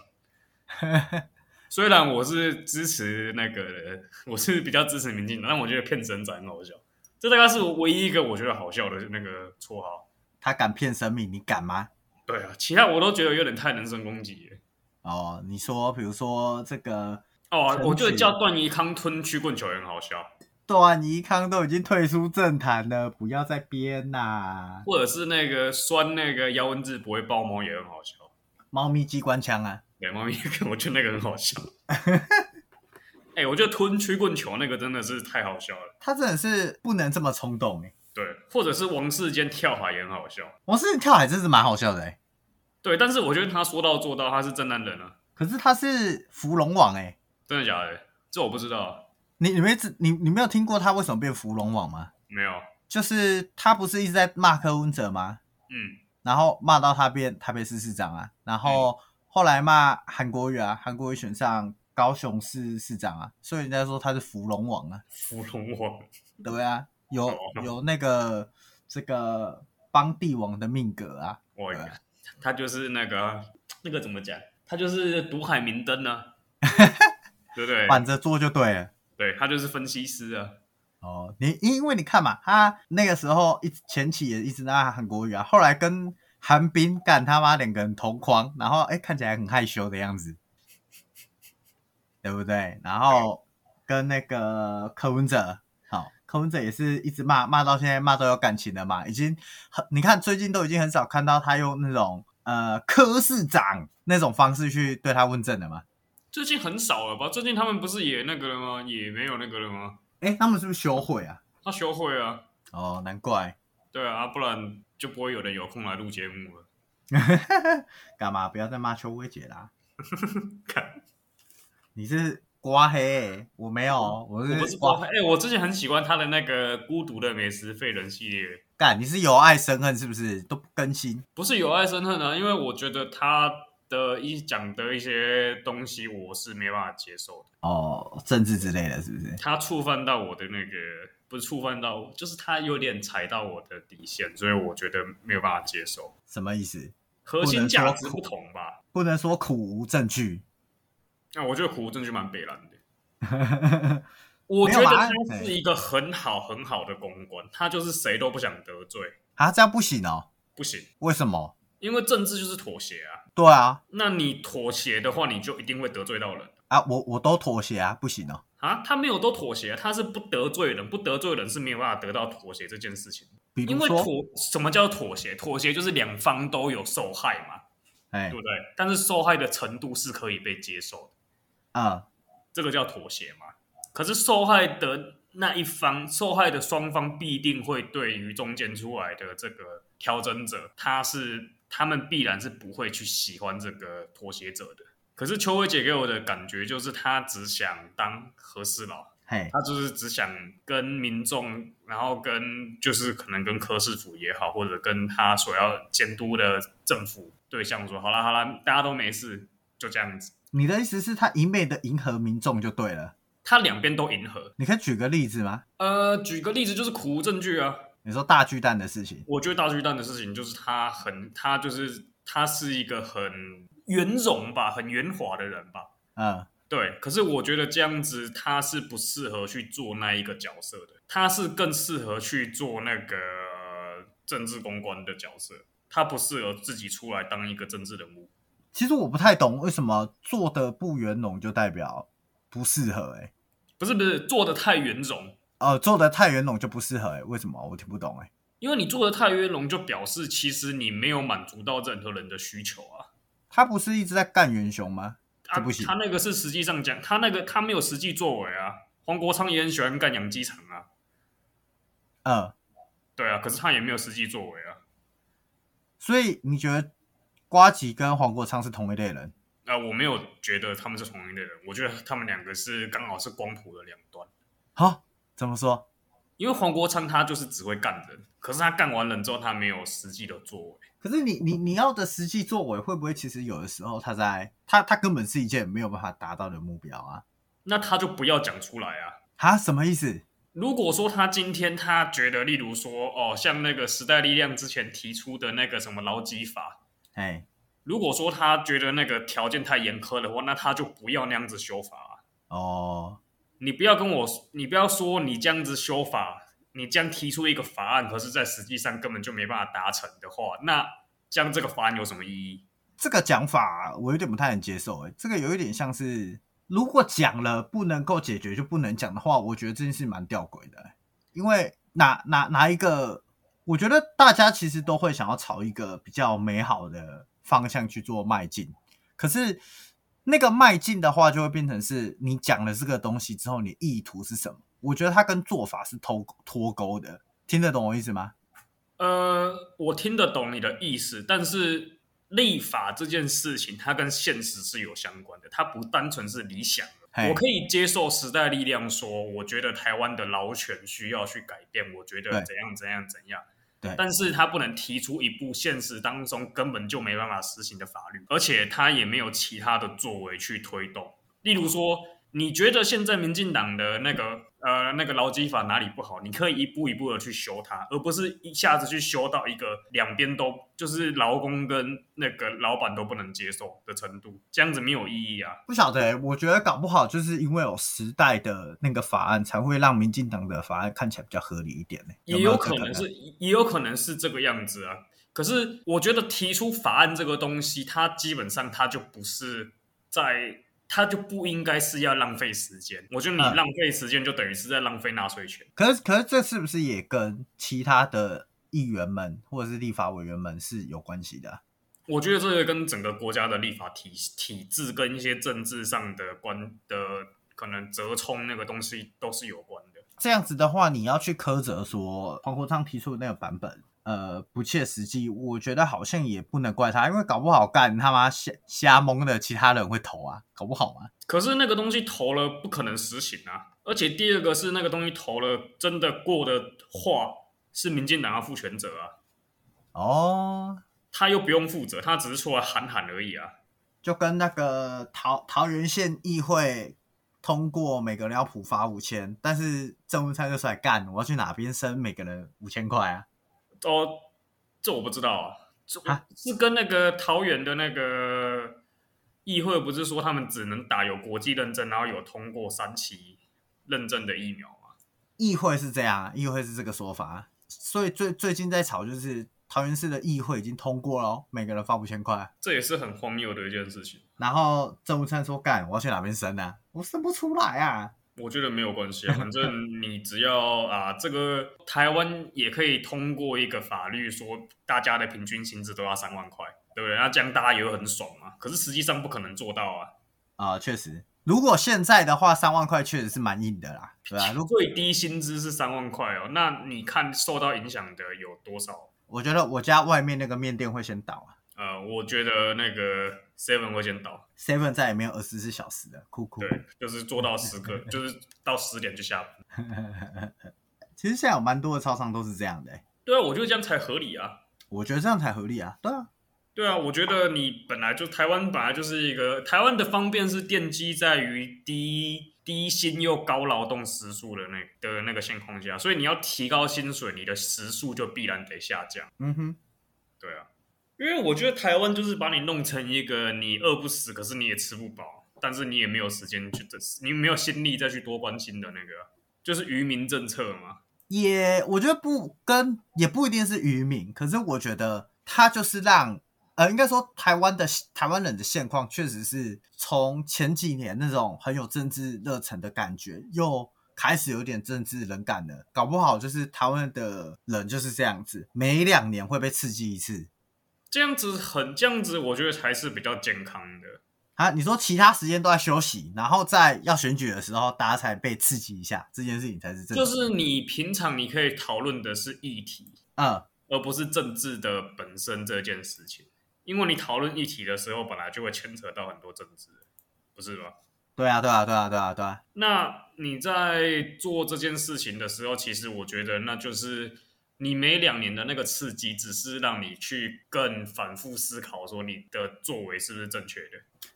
Speaker 2: 虽然我是支持那个的，我是比较支持民进党，但我觉得骗神仔很好笑。这大概是我唯一一个我觉得好笑的那个绰号。
Speaker 1: 他敢骗生命，你敢吗？
Speaker 2: 对啊，其他我都觉得有点太人身攻击了。
Speaker 1: 哦，你说，比如说这个
Speaker 2: 哦
Speaker 1: 神，奇
Speaker 2: 我觉得叫段宜康吞曲棍球也很好笑，
Speaker 1: 段宜康都已经退出政坛了，不要再编啦、
Speaker 2: 或者是那个酸那个姚文字不会爆猫也很好笑。
Speaker 1: 猫咪机关枪啊，
Speaker 2: 对，猫咪， <laughs> 我觉得那个很好笑。哎、我觉得吞曲棍球那个真的是太好笑了。
Speaker 1: 他真的是不能这么冲动哎、欸。
Speaker 2: 对，或者是王世坚跳海也很好笑。
Speaker 1: 王世坚跳海真是蛮好笑的哎、
Speaker 2: 对，但是我觉得他说到做到，他是真男人啊，
Speaker 1: 可是他是芙蓉王哎、
Speaker 2: 真的假的？这我不知道，
Speaker 1: 你你没知你你没有听过他为什么变芙蓉王吗？
Speaker 2: 没有。
Speaker 1: 就是他不是一直在骂柯文哲吗？
Speaker 2: 嗯，
Speaker 1: 然后骂到他变台北市市长啊，然后后来骂韩国瑜啊，韩国瑜选上高雄市市长啊，所以人家说他是芙蓉王啊，
Speaker 2: 芙蓉王，
Speaker 1: 对不对啊？有
Speaker 2: 哦
Speaker 1: 有那个这个邦帝王的命格啊，
Speaker 2: 我
Speaker 1: 对啊
Speaker 2: 他就是那个那个怎么讲？他就是毒海明灯呢、啊，对不对？
Speaker 1: 反着做就对了。
Speaker 2: 对他就是分析师啊。
Speaker 1: 哦，你因为你看嘛，他那个时候一直前期也一直骂韩国瑜啊，后来跟韩冰干他妈两个人同框，然后哎看起来很害羞的样子，对不对？然后跟那个柯文哲，好、柯文哲也是一直骂骂到现在骂到有感情了嘛，已经很你看最近都已经很少看到他用那种呃柯市长那种方式去对他问政了嘛。
Speaker 2: 最近很少了吧？最近他们不是也那个了吗？也没有那个了吗？
Speaker 1: 哎，他们是不是羞悔啊？
Speaker 2: 他休会啊。
Speaker 1: 哦，难怪。
Speaker 2: 对啊，不然就不会有人有空来录节目了。
Speaker 1: <laughs> 干嘛？不要再骂邱薇姐
Speaker 2: <laughs>
Speaker 1: 啦！
Speaker 2: 看，
Speaker 1: 你是刮黑欸、我没有，我
Speaker 2: 我不
Speaker 1: 是
Speaker 2: 是包，哎、我之前很喜欢他的那个《孤独的美食废人》系列，
Speaker 1: 干，你是有爱生恨是不是？都不更新
Speaker 2: 不是有爱生恨啊，因为我觉得他的一讲的一些东西我是没办法接受的，
Speaker 1: 哦，政治之类的是不是？
Speaker 2: 他触犯到我的那个，不是触犯到我，就是他有点踩到我的底线，所以我觉得没有办法接受。
Speaker 1: 什么意思？
Speaker 2: 核心价值不同吧？
Speaker 1: 不能说苦无证据， <laughs>
Speaker 2: 那、我觉得苦真的就蛮北蓝的。
Speaker 1: 嗯
Speaker 2: 我觉得
Speaker 1: 没有吧哎
Speaker 2: 他是一个很好很好的公关，他就是谁都不想得罪，
Speaker 1: 啊，这样不行哦。
Speaker 2: 不行。
Speaker 1: 为什么？
Speaker 2: 因为政治就是妥协啊。
Speaker 1: 对啊，
Speaker 2: 那你妥协的话，你就一定会得罪到人
Speaker 1: 啊，我我都妥协啊，不行哦。
Speaker 2: 啊。他没有都妥协，他是不得罪人，不得罪人是没有办法得到妥协这件事情。
Speaker 1: 比
Speaker 2: 因
Speaker 1: 如
Speaker 2: 为
Speaker 1: 说，
Speaker 2: 妥什么叫妥协？妥协就是两方都有受害嘛。
Speaker 1: 哎
Speaker 2: 对，不对？但是受害的程度是可以被接受的，
Speaker 1: 嗯，
Speaker 2: 这个叫妥协嘛。可是受害的那一方，受害的双方必定会对于中间出来的这个调整者，他是他们必然是不会去喜欢这个妥协者的。可是秋薇姐给我的感觉就是，她只想当和事佬，
Speaker 1: 嘿，
Speaker 2: 他就是只想跟民众，然后跟就是可能跟柯市府也好，或者跟他所要监督的政府对象说，好啦好啦，大家都没事，就这样子。
Speaker 1: 你的意思是他一昧的迎合民众就对了？
Speaker 2: 他两边都迎合。
Speaker 1: 你可以举个例子吗？
Speaker 2: 呃，举个例子就是苦无证据啊。
Speaker 1: 你说大巨蛋的事情，
Speaker 2: 我觉得大巨蛋的事情就是他很，他就是他是一个很圆融吧，很圆滑的人吧。
Speaker 1: 嗯，
Speaker 2: 对，可是我觉得这样子他是不适合去做那一个角色的，他是更适合去做那个呃政治公关的角色，他不适合自己出来当一个政治人物。
Speaker 1: 其实我不太懂为什么做的不圆融就代表不适合、欸，
Speaker 2: 不是不是，做的太圆融，
Speaker 1: 呃，做的太圆融就不适合、欸，为什么？我听不懂、欸，
Speaker 2: 因为你做的太圆融，就表示其实你没有满足到任何人的需求啊。
Speaker 1: 他不是一直在干元雄吗？
Speaker 2: 啊
Speaker 1: 这不行，
Speaker 2: 他那个是实际上讲，他那个他没有实际作为啊。黄国昌也很喜欢干养鸡场啊，
Speaker 1: 嗯，
Speaker 2: 对啊，可是他也没有实际作为啊。
Speaker 1: 所以你觉得瓜吉跟黄国昌是同一类人？
Speaker 2: 啊，我没有觉得他们是同一类人，我觉得他们两个是刚好是光谱的两端。
Speaker 1: 好、怎么说？
Speaker 2: 因为黄国昌他就是只会干人，可是他干完人之后，他没有实际的作为。
Speaker 1: 可是你你你要的实际作为，会不会其实有的时候他在他他根本是一件没有办法达到的目标啊？
Speaker 2: 那他就不要讲出来啊。
Speaker 1: 哈，什么意思？
Speaker 2: 如果说他今天他觉得，例如说，哦，像那个时代力量之前提出的那个什么劳基法，
Speaker 1: 哎，
Speaker 2: 如果说他觉得那个条件太严苛的话，那他就不要那样子修法啊、
Speaker 1: 哦，
Speaker 2: 你不要跟我，你不要说你这样子修法，你这样提出一个法案，可是在实际上根本就没办法达成的话，那这样这个法案有什么意义？
Speaker 1: 这个讲法我有点不太能接受、欸，哎，这个有一点像是如果讲了不能够解决就不能讲的话，我觉得这件事蛮吊诡的欸、因为哪哪哪一个，我觉得大家其实都会想要朝一个比较美好的方向去做迈进，可是那个迈进的话，就会变成是你讲了这个东西之后，你意图是什么？我觉得它跟做法是脱脱钩的，听得懂我意思吗？
Speaker 2: 呃，我听得懂你的意思，但是立法这件事情，它跟现实是有相关的，它不单纯是理想的
Speaker 1: 嘿
Speaker 2: 我可以接受时代力量说，我觉得台湾的劳权需要去改变，我觉得
Speaker 1: 对
Speaker 2: 怎样怎样怎样。
Speaker 1: 对
Speaker 2: 但是他不能提出一部现实当中根本就没办法实行的法律，而且他也没有其他的作为去推动。例如说，你觉得现在民进党的那个呃那个劳基法哪里不好，你可以一步一步的去修它，而不是一下子去修到一个两边都就是劳工跟那个老板都不能接受的程度，这样子没有意义啊。
Speaker 1: 不晓得欸、我觉得搞不好就是因为有时代的那个法案，才会让民进党的法案看起来比较合理一点呢、
Speaker 2: 也
Speaker 1: 没有
Speaker 2: 有
Speaker 1: 这
Speaker 2: 可能是，也有可能是这个样子啊。可是我觉得提出法案这个东西，它基本上它就不是在，它就不应该是要浪费时间。我觉得你
Speaker 1: 嗯
Speaker 2: 浪费时间，就等于是在浪费纳税钱。
Speaker 1: 可是可是这是不是也跟其他的议员们或者是立法委员们是有关系的啊、
Speaker 2: 我觉得这个跟整个国家的立法体体制跟一些政治上的关的可能折冲那个东西都是有关的。
Speaker 1: 这样子的话，你要去苛责说黄国昌提出的那个版本，呃，不切实际，我觉得好像也不能怪他，因为搞不好干他妈瞎瞎蒙的，其他人会投啊，搞不好嘛。
Speaker 2: 可是那个东西投了不可能实行啊，而且第二个是那个东西投了真的过的话，是民进党要负全责啊，
Speaker 1: 哦，
Speaker 2: 他又不用负责，他只是出来喊喊而已啊。
Speaker 1: 就跟那个桃桃园县议会通过每个人要普发五千，但是郑文灿就出来干，我要去哪边生每个人五千块啊？
Speaker 2: 哦，这我不知道啊，这
Speaker 1: 啊
Speaker 2: 是跟那个桃园的那个议会不是说他们只能打有国际认证，然后有通过三期认证的疫苗吗？
Speaker 1: 议会是这样啊，议会是这个说法啊，所以最最近在吵就是桃园市的议会已经通过了哦，每个人发五千块，
Speaker 2: 这也是很荒谬的一件事情。
Speaker 1: 然后郑文灿说干，我要去哪边生啊？我生不出来啊。
Speaker 2: 我觉得没有关系啊，反正你只要啊，这个台湾也可以通过一个法律说，大家的平均薪资都要三万块，对不对？那这样大家也会很爽嘛。可是实际上不可能做到啊。
Speaker 1: 啊，确实，如果现在的话，三万块确实是蛮硬的啦，对吧、如果
Speaker 2: 最低薪资是三万块哦，那你看受到影响的有多少？
Speaker 1: 我觉得我家外面那个面店会先倒啊
Speaker 2: 呃，我觉得那个 Seven 会先倒，
Speaker 1: ，Seven 再也没有二十四小时的，哭哭。
Speaker 2: 对，就是做到十个，就是到十点就下班。
Speaker 1: 其实现在有蛮多的超商都是这样的、欸，
Speaker 2: 对啊，我觉得这样才合理啊。
Speaker 1: 我觉得这样才合理啊。对啊，
Speaker 2: 对啊，我觉得你本来就台湾本来就是一个台湾的方便是奠基在于低低薪又高劳动时数的那的那个现况下，所以你要提高薪水，你的时数就必然得下降。
Speaker 1: 嗯哼，
Speaker 2: 对啊，因为我觉得台湾就是把你弄成一个你饿不死，可是你也吃不饱，但是你也没有时间去，你没有心力再去多关心的那个，就是渔民政策嘛。
Speaker 1: 也我觉得不跟也不一定是渔民，可是我觉得他就是让呃，应该说台湾的台湾人的现况确实是从前几年那种很有政治热忱的感觉，又开始有点政治冷感了。搞不好就是台湾的人就是这样子，每两年会被刺激一次
Speaker 2: 这样子很这样子，我觉得才是比较健康的。
Speaker 1: 啊。你说其他时间都在休息，然后在要选举的时候，大家才被刺激一下，这件事情才是正常。
Speaker 2: 就是你平常你可以讨论的是议题，
Speaker 1: 嗯，
Speaker 2: 而不是政治的本身这件事情。因为你讨论议题的时候，本来就会牵扯到很多政治，不是吗？
Speaker 1: 对啊，对啊，对啊，对啊，对啊，
Speaker 2: 那你在做这件事情的时候，其实我觉得那就是你每两年的那个刺激，只是让你去更反复思考，说你的作为是不是正确的。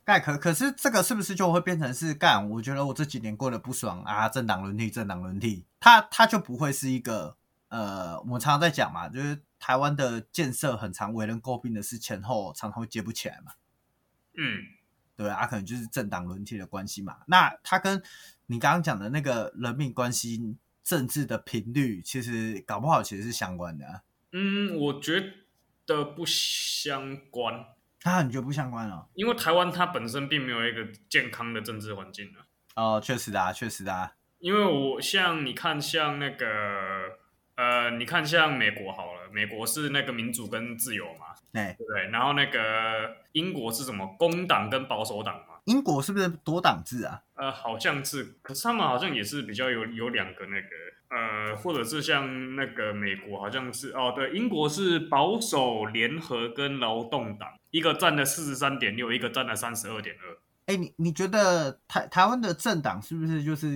Speaker 1: 干可可是这个是不是就会变成是干？我觉得我这几年过得不爽啊，政党轮替，政党轮替，它它就不会是一个呃，我们常常在讲嘛，就是台湾的建设很常为人诟病的是前后常常会接不起来嘛，
Speaker 2: 嗯，
Speaker 1: 对啊，可能就是政党轮替的关系嘛。那它跟你刚刚讲的那个人民关心政治的频率，其实搞不好其实是相关的啊，
Speaker 2: 嗯，我觉得不相关，
Speaker 1: 啊、你觉得不相关哦？
Speaker 2: 因为台湾它本身并没有一个健康的政治环境啊。
Speaker 1: 哦，确实的啊，确实的啊，
Speaker 2: 因为我像你看，像那个呃，你看像美国好了，美国是那个民主跟自由嘛，
Speaker 1: 哎、
Speaker 2: 对不对？然后那个英国是什么工党跟保守党嘛？
Speaker 1: 英国是不是多党制啊？
Speaker 2: 呃，好像是，可是他们好像也是比较有有两个那个，呃，或者是像那个美国好像是哦，对，英国是保守联合跟劳动党，一个占了四十三点六，一个占了三十二点二。
Speaker 1: 哎、你你觉得台台湾的政党是不是就是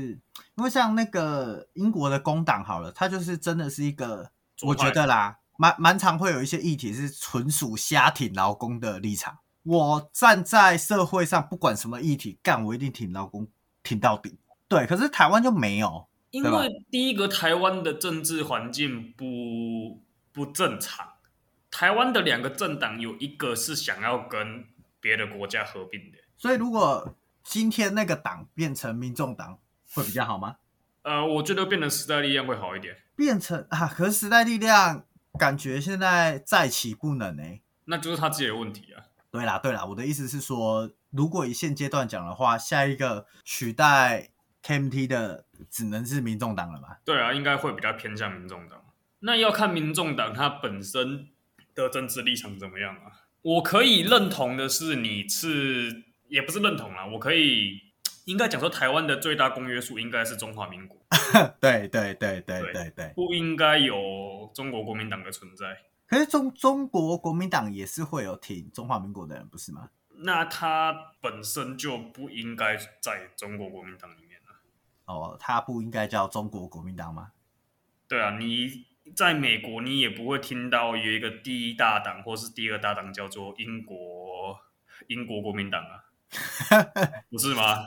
Speaker 1: 因为像那个英国的工党好了，它就是真的是一个，
Speaker 2: 左
Speaker 1: 我
Speaker 2: 派
Speaker 1: 觉得啦，蛮蛮常会有一些议题是纯属瞎挺劳工的立场。我站在社会上，不管什么议题，干我一定挺劳工，挺到底。对，可是台湾就没有，
Speaker 2: 因
Speaker 1: 对吧
Speaker 2: 为第一个，台湾的政治环境不不正常。台湾的两个政党有一个是想要跟别的国家合并的，
Speaker 1: 所以如果今天那个党变成民众党，会比较好吗？
Speaker 2: 呃，我觉得变成时代力量会好一点，
Speaker 1: 变成啊，可是时代力量感觉现在再起不能哎、
Speaker 2: 那就是他自己的问题啊。
Speaker 1: 对啦，对啦，我的意思是说，如果以现阶段讲的话，下一个取代 KMT 的只能是民众党了吧？
Speaker 2: 对啊，应该会比较偏向民众党。那要看民众党它本身的政治立场怎么样啊。我可以认同的是，你是也不是认同啦，我可以应该讲说，台湾的最大公约数应该是中华民国，
Speaker 1: <laughs> 对对对对
Speaker 2: 对
Speaker 1: 对对。
Speaker 2: 不应该有中国国民党的存在。
Speaker 1: 可是中中国国民党也是会有挺中华民国的人，不是吗？
Speaker 2: 那它本身就不应该在中国国民党里面啊。
Speaker 1: 哦，他不应该叫中国国民党吗？
Speaker 2: 对啊，你在美国，你也不会听到有一个第一大党或是第二大党叫做英国英国国民党啊，不是吗？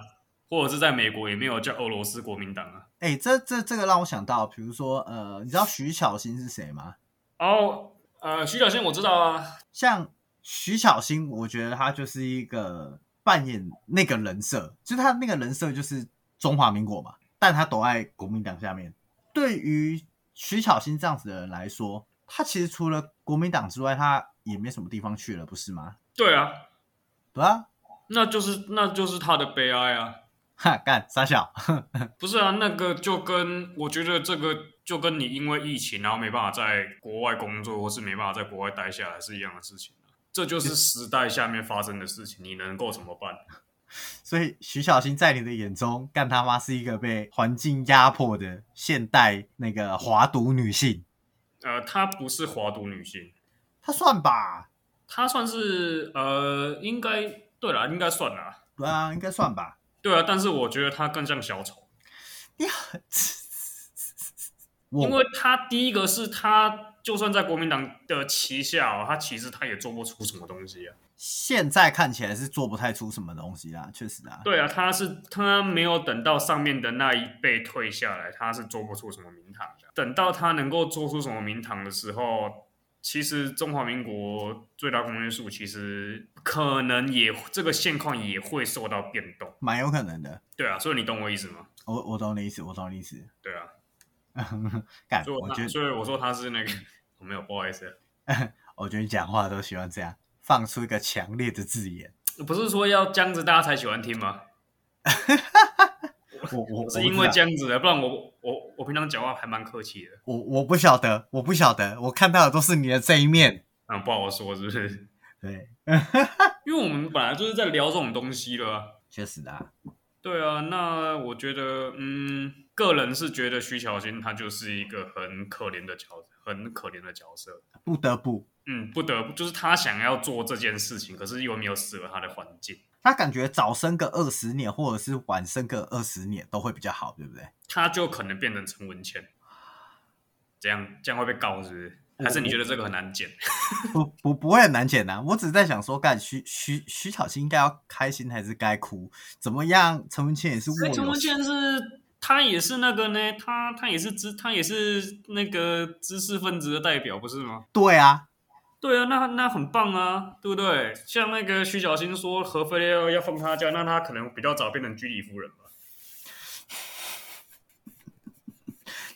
Speaker 2: 或者是在美国也没有叫俄罗斯国民党啊。
Speaker 1: 哎，这这这个让我想到，比如说呃，你知道徐巧芯是谁吗？
Speaker 2: 哦，呃，徐小仙我知道啊，
Speaker 1: 像徐巧芯，我觉得他就是一个扮演那个人设，就是他那个人设就是中华民国嘛，但他躲在国民党下面。对于徐巧芯这样子的人来说，他其实除了国民党之外，他也没什么地方去了，不是吗？
Speaker 2: 对啊，
Speaker 1: 对啊，
Speaker 2: 那就是那就是他的悲哀啊。
Speaker 1: 哈，干傻小，
Speaker 2: 不是啊，那个就跟我觉得这个就跟你因为疫情然后没办法在国外工作，或是没办法在国外待下来是一样的事情啊、这就是时代下面发生的事情，你能够怎么办？
Speaker 1: 所以徐小新在你的眼中，干他妈是一个被环境压迫的现代那个华独女性，
Speaker 2: 呃，她不是华独女性，
Speaker 1: 她算吧？
Speaker 2: 她算是呃，应该对啦，应该算啦，
Speaker 1: 对啊，应该算吧。
Speaker 2: 对啊，但是我觉得她更像小丑，
Speaker 1: 我哦
Speaker 2: 因为她第一个是她就算在国民党的旗下、哦，她其实她也做不出什么东西啊。
Speaker 1: 现在看起来是做不太出什么东西啦，确实啊。
Speaker 2: 对啊，她是她没有等到上面的那一辈退下来，她是做不出什么名堂的。等到她能够做出什么名堂的时候，其实中华民国最大公约数其实可能也这个现况也会受到变动。
Speaker 1: 蛮有可能的。
Speaker 2: 对啊，所以你懂我意思吗？
Speaker 1: 我我懂你意思，我懂你意思。 <laughs>
Speaker 2: 对啊，
Speaker 1: 干，
Speaker 2: 所以
Speaker 1: 我觉
Speaker 2: 我
Speaker 1: 得
Speaker 2: 所以我说他是那个， <laughs> 我没有，不好意思，
Speaker 1: 我觉得你讲话都喜欢这样，放出一个强烈的字眼。
Speaker 2: 不是说要这样子大家才喜欢听吗？
Speaker 1: 我我我
Speaker 2: 是
Speaker 1: 不
Speaker 2: 因
Speaker 1: 知
Speaker 2: 为
Speaker 1: 道
Speaker 2: 这样子的，不然我我我平常讲话还蛮客气的，
Speaker 1: 我我不晓得，我不晓得，我看到的都是你的这一面。
Speaker 2: 啊，不好说是不是？ <laughs>
Speaker 1: 对，
Speaker 2: 因为我们本来就是在聊这种东西了啊、
Speaker 1: 确实的、啊。
Speaker 2: 对啊，那我觉得，嗯，个人是觉得徐小新他就是一个很可怜的角，很可怜的角色。
Speaker 1: 不得不，
Speaker 2: 嗯，不得不就是他想要做这件事情，可是又没有适合他的环境。
Speaker 1: 他感觉早生个二十年，或者是晚生个二十年都会比较好，对不对？
Speaker 2: 他就可能变成陈文茜，这样这样会被告是不是？还是你觉得这个很难剪？
Speaker 1: 不不不会很难剪啊。我只是在想说，干徐徐徐巧芯应该要开心还是该哭？怎么样？陈文茜也是握
Speaker 2: 哎陈
Speaker 1: 有
Speaker 2: 文茜是他也是那个呢，他他也是知他也是那个知识分子的代表，不是吗？
Speaker 1: 对啊，
Speaker 2: 对啊，那那很棒啊，对不对？像那个徐小新说何非要要放他假，那他可能比较早变成居里夫人吧。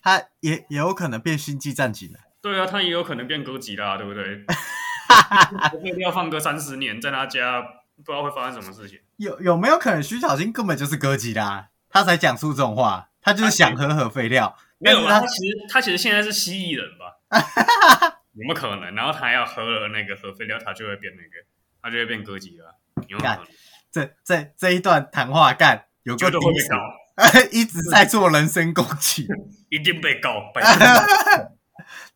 Speaker 1: 他也也有可能变星际战警了。
Speaker 2: 对啊，他也有可能变哥吉拉，对不对？何非要放个三十年在他家，不知道会发生什么事情。
Speaker 1: 有有没有可能徐巧芯根本就是哥吉拉，他才讲出这种话？他就是想喝核废料，
Speaker 2: 没有啊，
Speaker 1: 但
Speaker 2: 他
Speaker 1: 是
Speaker 2: 其实他其实现在是蜥蜴人吧？ <laughs> 有没有可能？然后他要喝了那个核废料，他就会变那个，他就会变哥吉拉，有没有可能？
Speaker 1: 他这这这一段谈话干有
Speaker 2: 绝
Speaker 1: 个
Speaker 2: 对会被告，
Speaker 1: <laughs> 一直在做人身攻击，
Speaker 2: 一定被告，
Speaker 1: <laughs>
Speaker 2: 拜托。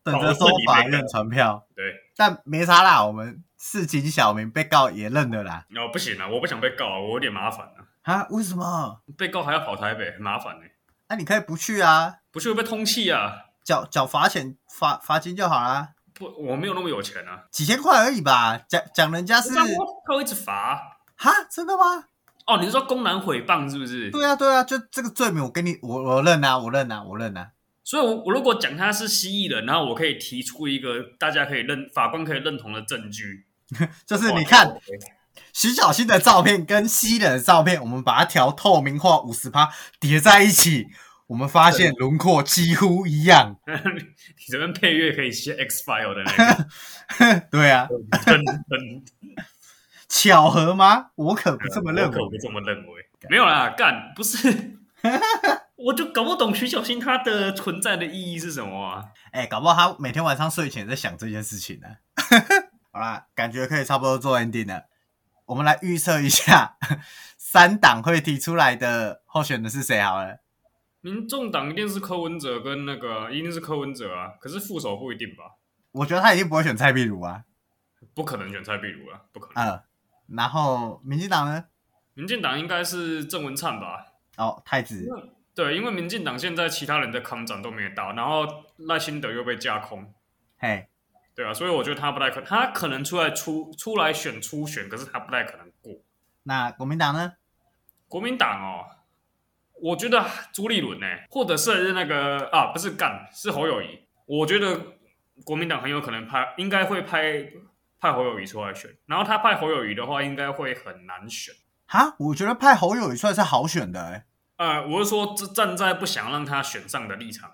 Speaker 1: 等着收法院传票。
Speaker 2: 对，
Speaker 1: 但没差啦，我们市井小民被告也认了啦。
Speaker 2: 然后哦不行了、我不想被告、啊，我有点麻烦啊。
Speaker 1: 啊，为什么？
Speaker 2: 被告还要跑台北，很麻烦呢、欸
Speaker 1: 那、你可以不去啊，
Speaker 2: 不是会被通气啊？
Speaker 1: 缴缴罚钱罚罚金就好啦，
Speaker 2: 不，我没有那么有钱啊。
Speaker 1: 几千块而已吧。讲讲人家是
Speaker 2: 但我他会一直罚啊
Speaker 1: 哈，真的吗？
Speaker 2: 哦。你是说公然诽谤是不是？
Speaker 1: 对啊，对啊，就这个罪名我跟你我我认啊，我认啊，我认啊。
Speaker 2: 所以我，我如果讲他是蜥蜴人，然后我可以提出一个大家可以认、法官可以认同的证据。
Speaker 1: 就是
Speaker 2: 哇
Speaker 1: 你看，
Speaker 2: OK
Speaker 1: 徐小新的照片跟西人的照片，我们把它调透明化五十趴叠在一起，我们发现轮廓几乎一样。 <laughs>
Speaker 2: 你这边配乐可以写 X file 的那个，
Speaker 1: 对啊， <laughs>
Speaker 2: 真真，
Speaker 1: 巧合吗？我可不这么认
Speaker 2: 呃我可
Speaker 1: 为。
Speaker 2: 不这么认为。没有啦，干不是， <laughs> 我就搞不懂徐小新他的存在的意义是什么啊？
Speaker 1: 哎、搞不好他每天晚上睡前在想这件事情呢、 <laughs> 好啦，感觉可以差不多做 ending 了。我们来预测一下 <laughs> 三党会提出来的候选人是谁好了。
Speaker 2: 民众党一定是柯文哲跟那个啊一定是柯文哲啊，可是副手不一定吧？
Speaker 1: 我觉得他一定不会选蔡壁如啊。
Speaker 2: 不可能选蔡壁如啊，不可能。
Speaker 1: 嗯，然后民进党呢？
Speaker 2: 民进党应该是郑文灿吧？
Speaker 1: 哦，太子。
Speaker 2: 对，因为民进党现在其他人的抗战都没有到，然后赖清德又被架空，
Speaker 1: 嘿，
Speaker 2: 对啊，所以我觉得他不太可，他可能出来出出来选初选，可是他不太可能过。
Speaker 1: 那国民党呢？
Speaker 2: 国民党哦，我觉得朱立伦呢、或者是那个啊，不是干，是侯友谊，我觉得国民党很有可能派，应该会派派侯友谊出来选，然后他派侯友谊的话，应该会很难选。
Speaker 1: 哈，我觉得派侯友宜算是好选的、欸。
Speaker 2: 呃，我是说，这站在不想让他选上的立场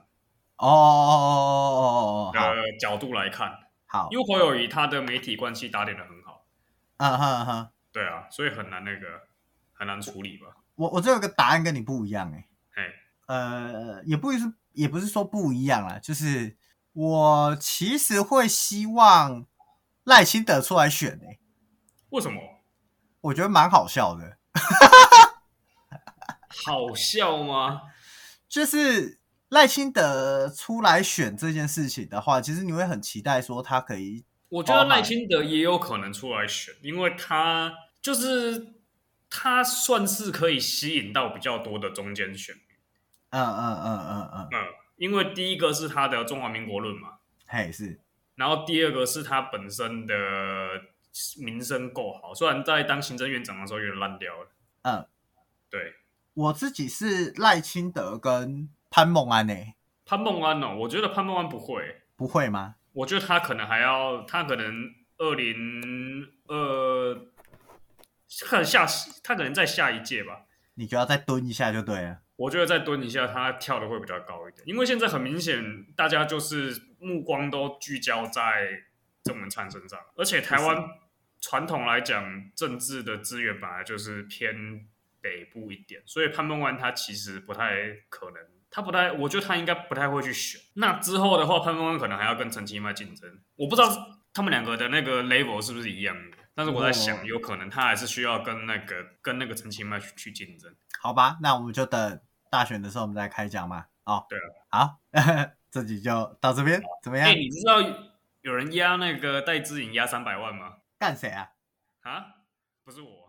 Speaker 1: 哦哦哦哦哦哦，好
Speaker 2: 的角度来看，
Speaker 1: 好，
Speaker 2: 因为侯友谊他的媒体关系打点的很好，
Speaker 1: 嗯哼哼，
Speaker 2: 对啊，所以很难那个很难处理吧？
Speaker 1: 我我这有个答案跟你不一样哎、
Speaker 2: 哎，
Speaker 1: 呃，也不是也不是说不一样啦，就是我其实会希望赖清德出来选诶、
Speaker 2: 为什么？
Speaker 1: 我觉得蛮好笑的。
Speaker 2: 好笑吗？
Speaker 1: 就是赖清德出来选这件事情的话，其实你会很期待说他可以，
Speaker 2: 我觉得
Speaker 1: 包含
Speaker 2: 赖清德也有可能出来选，因为他就是他算是可以吸引到比较多的中间选民。
Speaker 1: 嗯嗯嗯嗯嗯，
Speaker 2: 嗯，因为第一个是他的中华民国论嘛，
Speaker 1: 嘿是，
Speaker 2: 然后第二个是他本身的名声够好，虽然在当行政院长的时候有点烂掉了。
Speaker 1: 嗯，
Speaker 2: 对，
Speaker 1: 我自己是赖清德跟潘孟安诶、
Speaker 2: 潘孟安哦，我觉得潘孟安不会，
Speaker 1: 不会吗？
Speaker 2: 我觉得他可能还要，他可能二零二，可能下他可能在下一届吧。
Speaker 1: 你就要再蹲一下就对了。
Speaker 2: 我觉得再蹲一下，他跳的会比较高一点，因为现在很明显，大家就是目光都聚焦在郑文灿身上，而且台湾传统来讲，政治的资源本来就是偏北部一点，所以潘孟安他其实不太可能，他不太，我觉得他应该不太会去选。那之后的话，潘孟安可能还要跟陈其迈竞争，我不知道他们两个的那个 level 是不是一样的，但是我在
Speaker 1: 哦
Speaker 2: 想，有可能他还是需要跟那个跟那个陈其迈去去竞争。
Speaker 1: 好吧，那我们就等大选的时候我们再开讲嘛。哦，
Speaker 2: 对啊
Speaker 1: 好， <laughs> 这集就到这边，怎么样
Speaker 2: 哎、？你知道有人压那个戴志颖压三百万吗？
Speaker 1: 干谁啊？
Speaker 2: 啊，不是我。